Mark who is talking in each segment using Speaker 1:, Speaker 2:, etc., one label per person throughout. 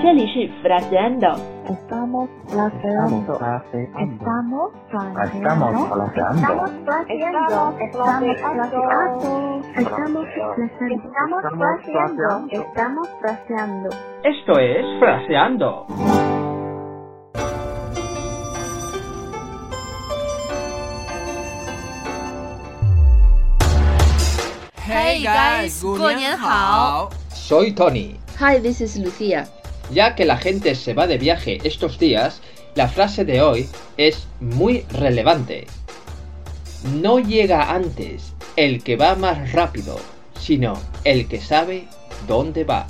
Speaker 1: 这里是 fraseando，
Speaker 2: Estamos placeando. Estamos
Speaker 3: Estamos placeando.
Speaker 2: placeando. Estamos placeando.
Speaker 3: Estamos placeando.
Speaker 2: Estamos placeando.
Speaker 4: Esto es Fraseando.
Speaker 5: Hey guys，过年好！
Speaker 4: Soy Tony.
Speaker 6: Hi, this is Lucia.
Speaker 4: Ya que la gente se va de viaje estos días, la frase de hoy es muy relevante. No llega antes el que va más rápido, sino el que sabe dónde va.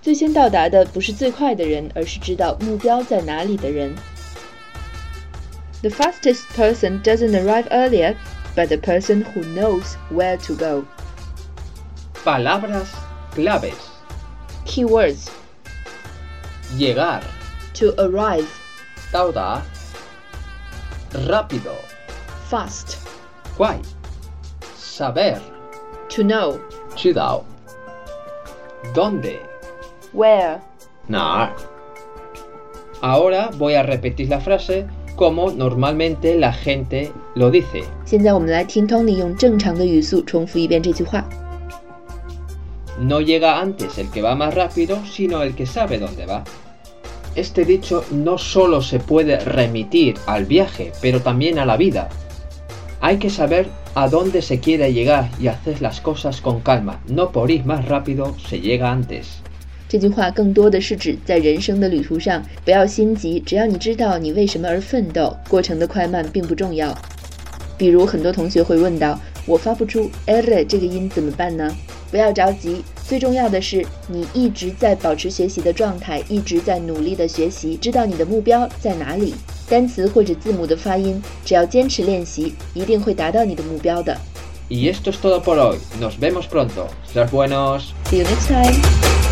Speaker 6: 最先到达的不是最快的人，而是知道目标在哪里的人。The fastest person doesn't arrive earlier, but the person who knows where to go.
Speaker 4: Palabras claves.
Speaker 6: Keywords:
Speaker 4: Llegar,
Speaker 6: to arrive,
Speaker 4: tauda, rápido,
Speaker 6: fast,
Speaker 4: guay, saber,
Speaker 6: to know,
Speaker 4: chidao, dónde,
Speaker 6: where.
Speaker 4: Nar. Ahora voy a repetir la frase como normalmente la gente lo dice.
Speaker 6: 现在我们来听 Tony 用正常的语速重复一遍这句话。
Speaker 4: No llega antes el que va más rápido, sino el que sabe dónde va. Este dicho no solo se puede remitir al viaje, pero también a la vida. Hay que saber a dónde se quiere llegar y hacer las cosas con calma. No por ir más rápido se llega antes.
Speaker 6: 这句话更多的是指在人生的旅途上，不要心急，只要你知道你为什么而奋斗，过程的快慢并不重要。比如，很多同学会问到：“我发不出 “er” 这个音怎么办呢？”不要着急，最重要的是你一直在保持学习的状态，一直在努力的学习，知道你的目标在哪里。单词或者字母的发音，只要坚持练习，一定会达到你的目标的。
Speaker 4: Y esto es todo por hoy. Nos vemos pronto. Ser buenos.
Speaker 6: See you next time.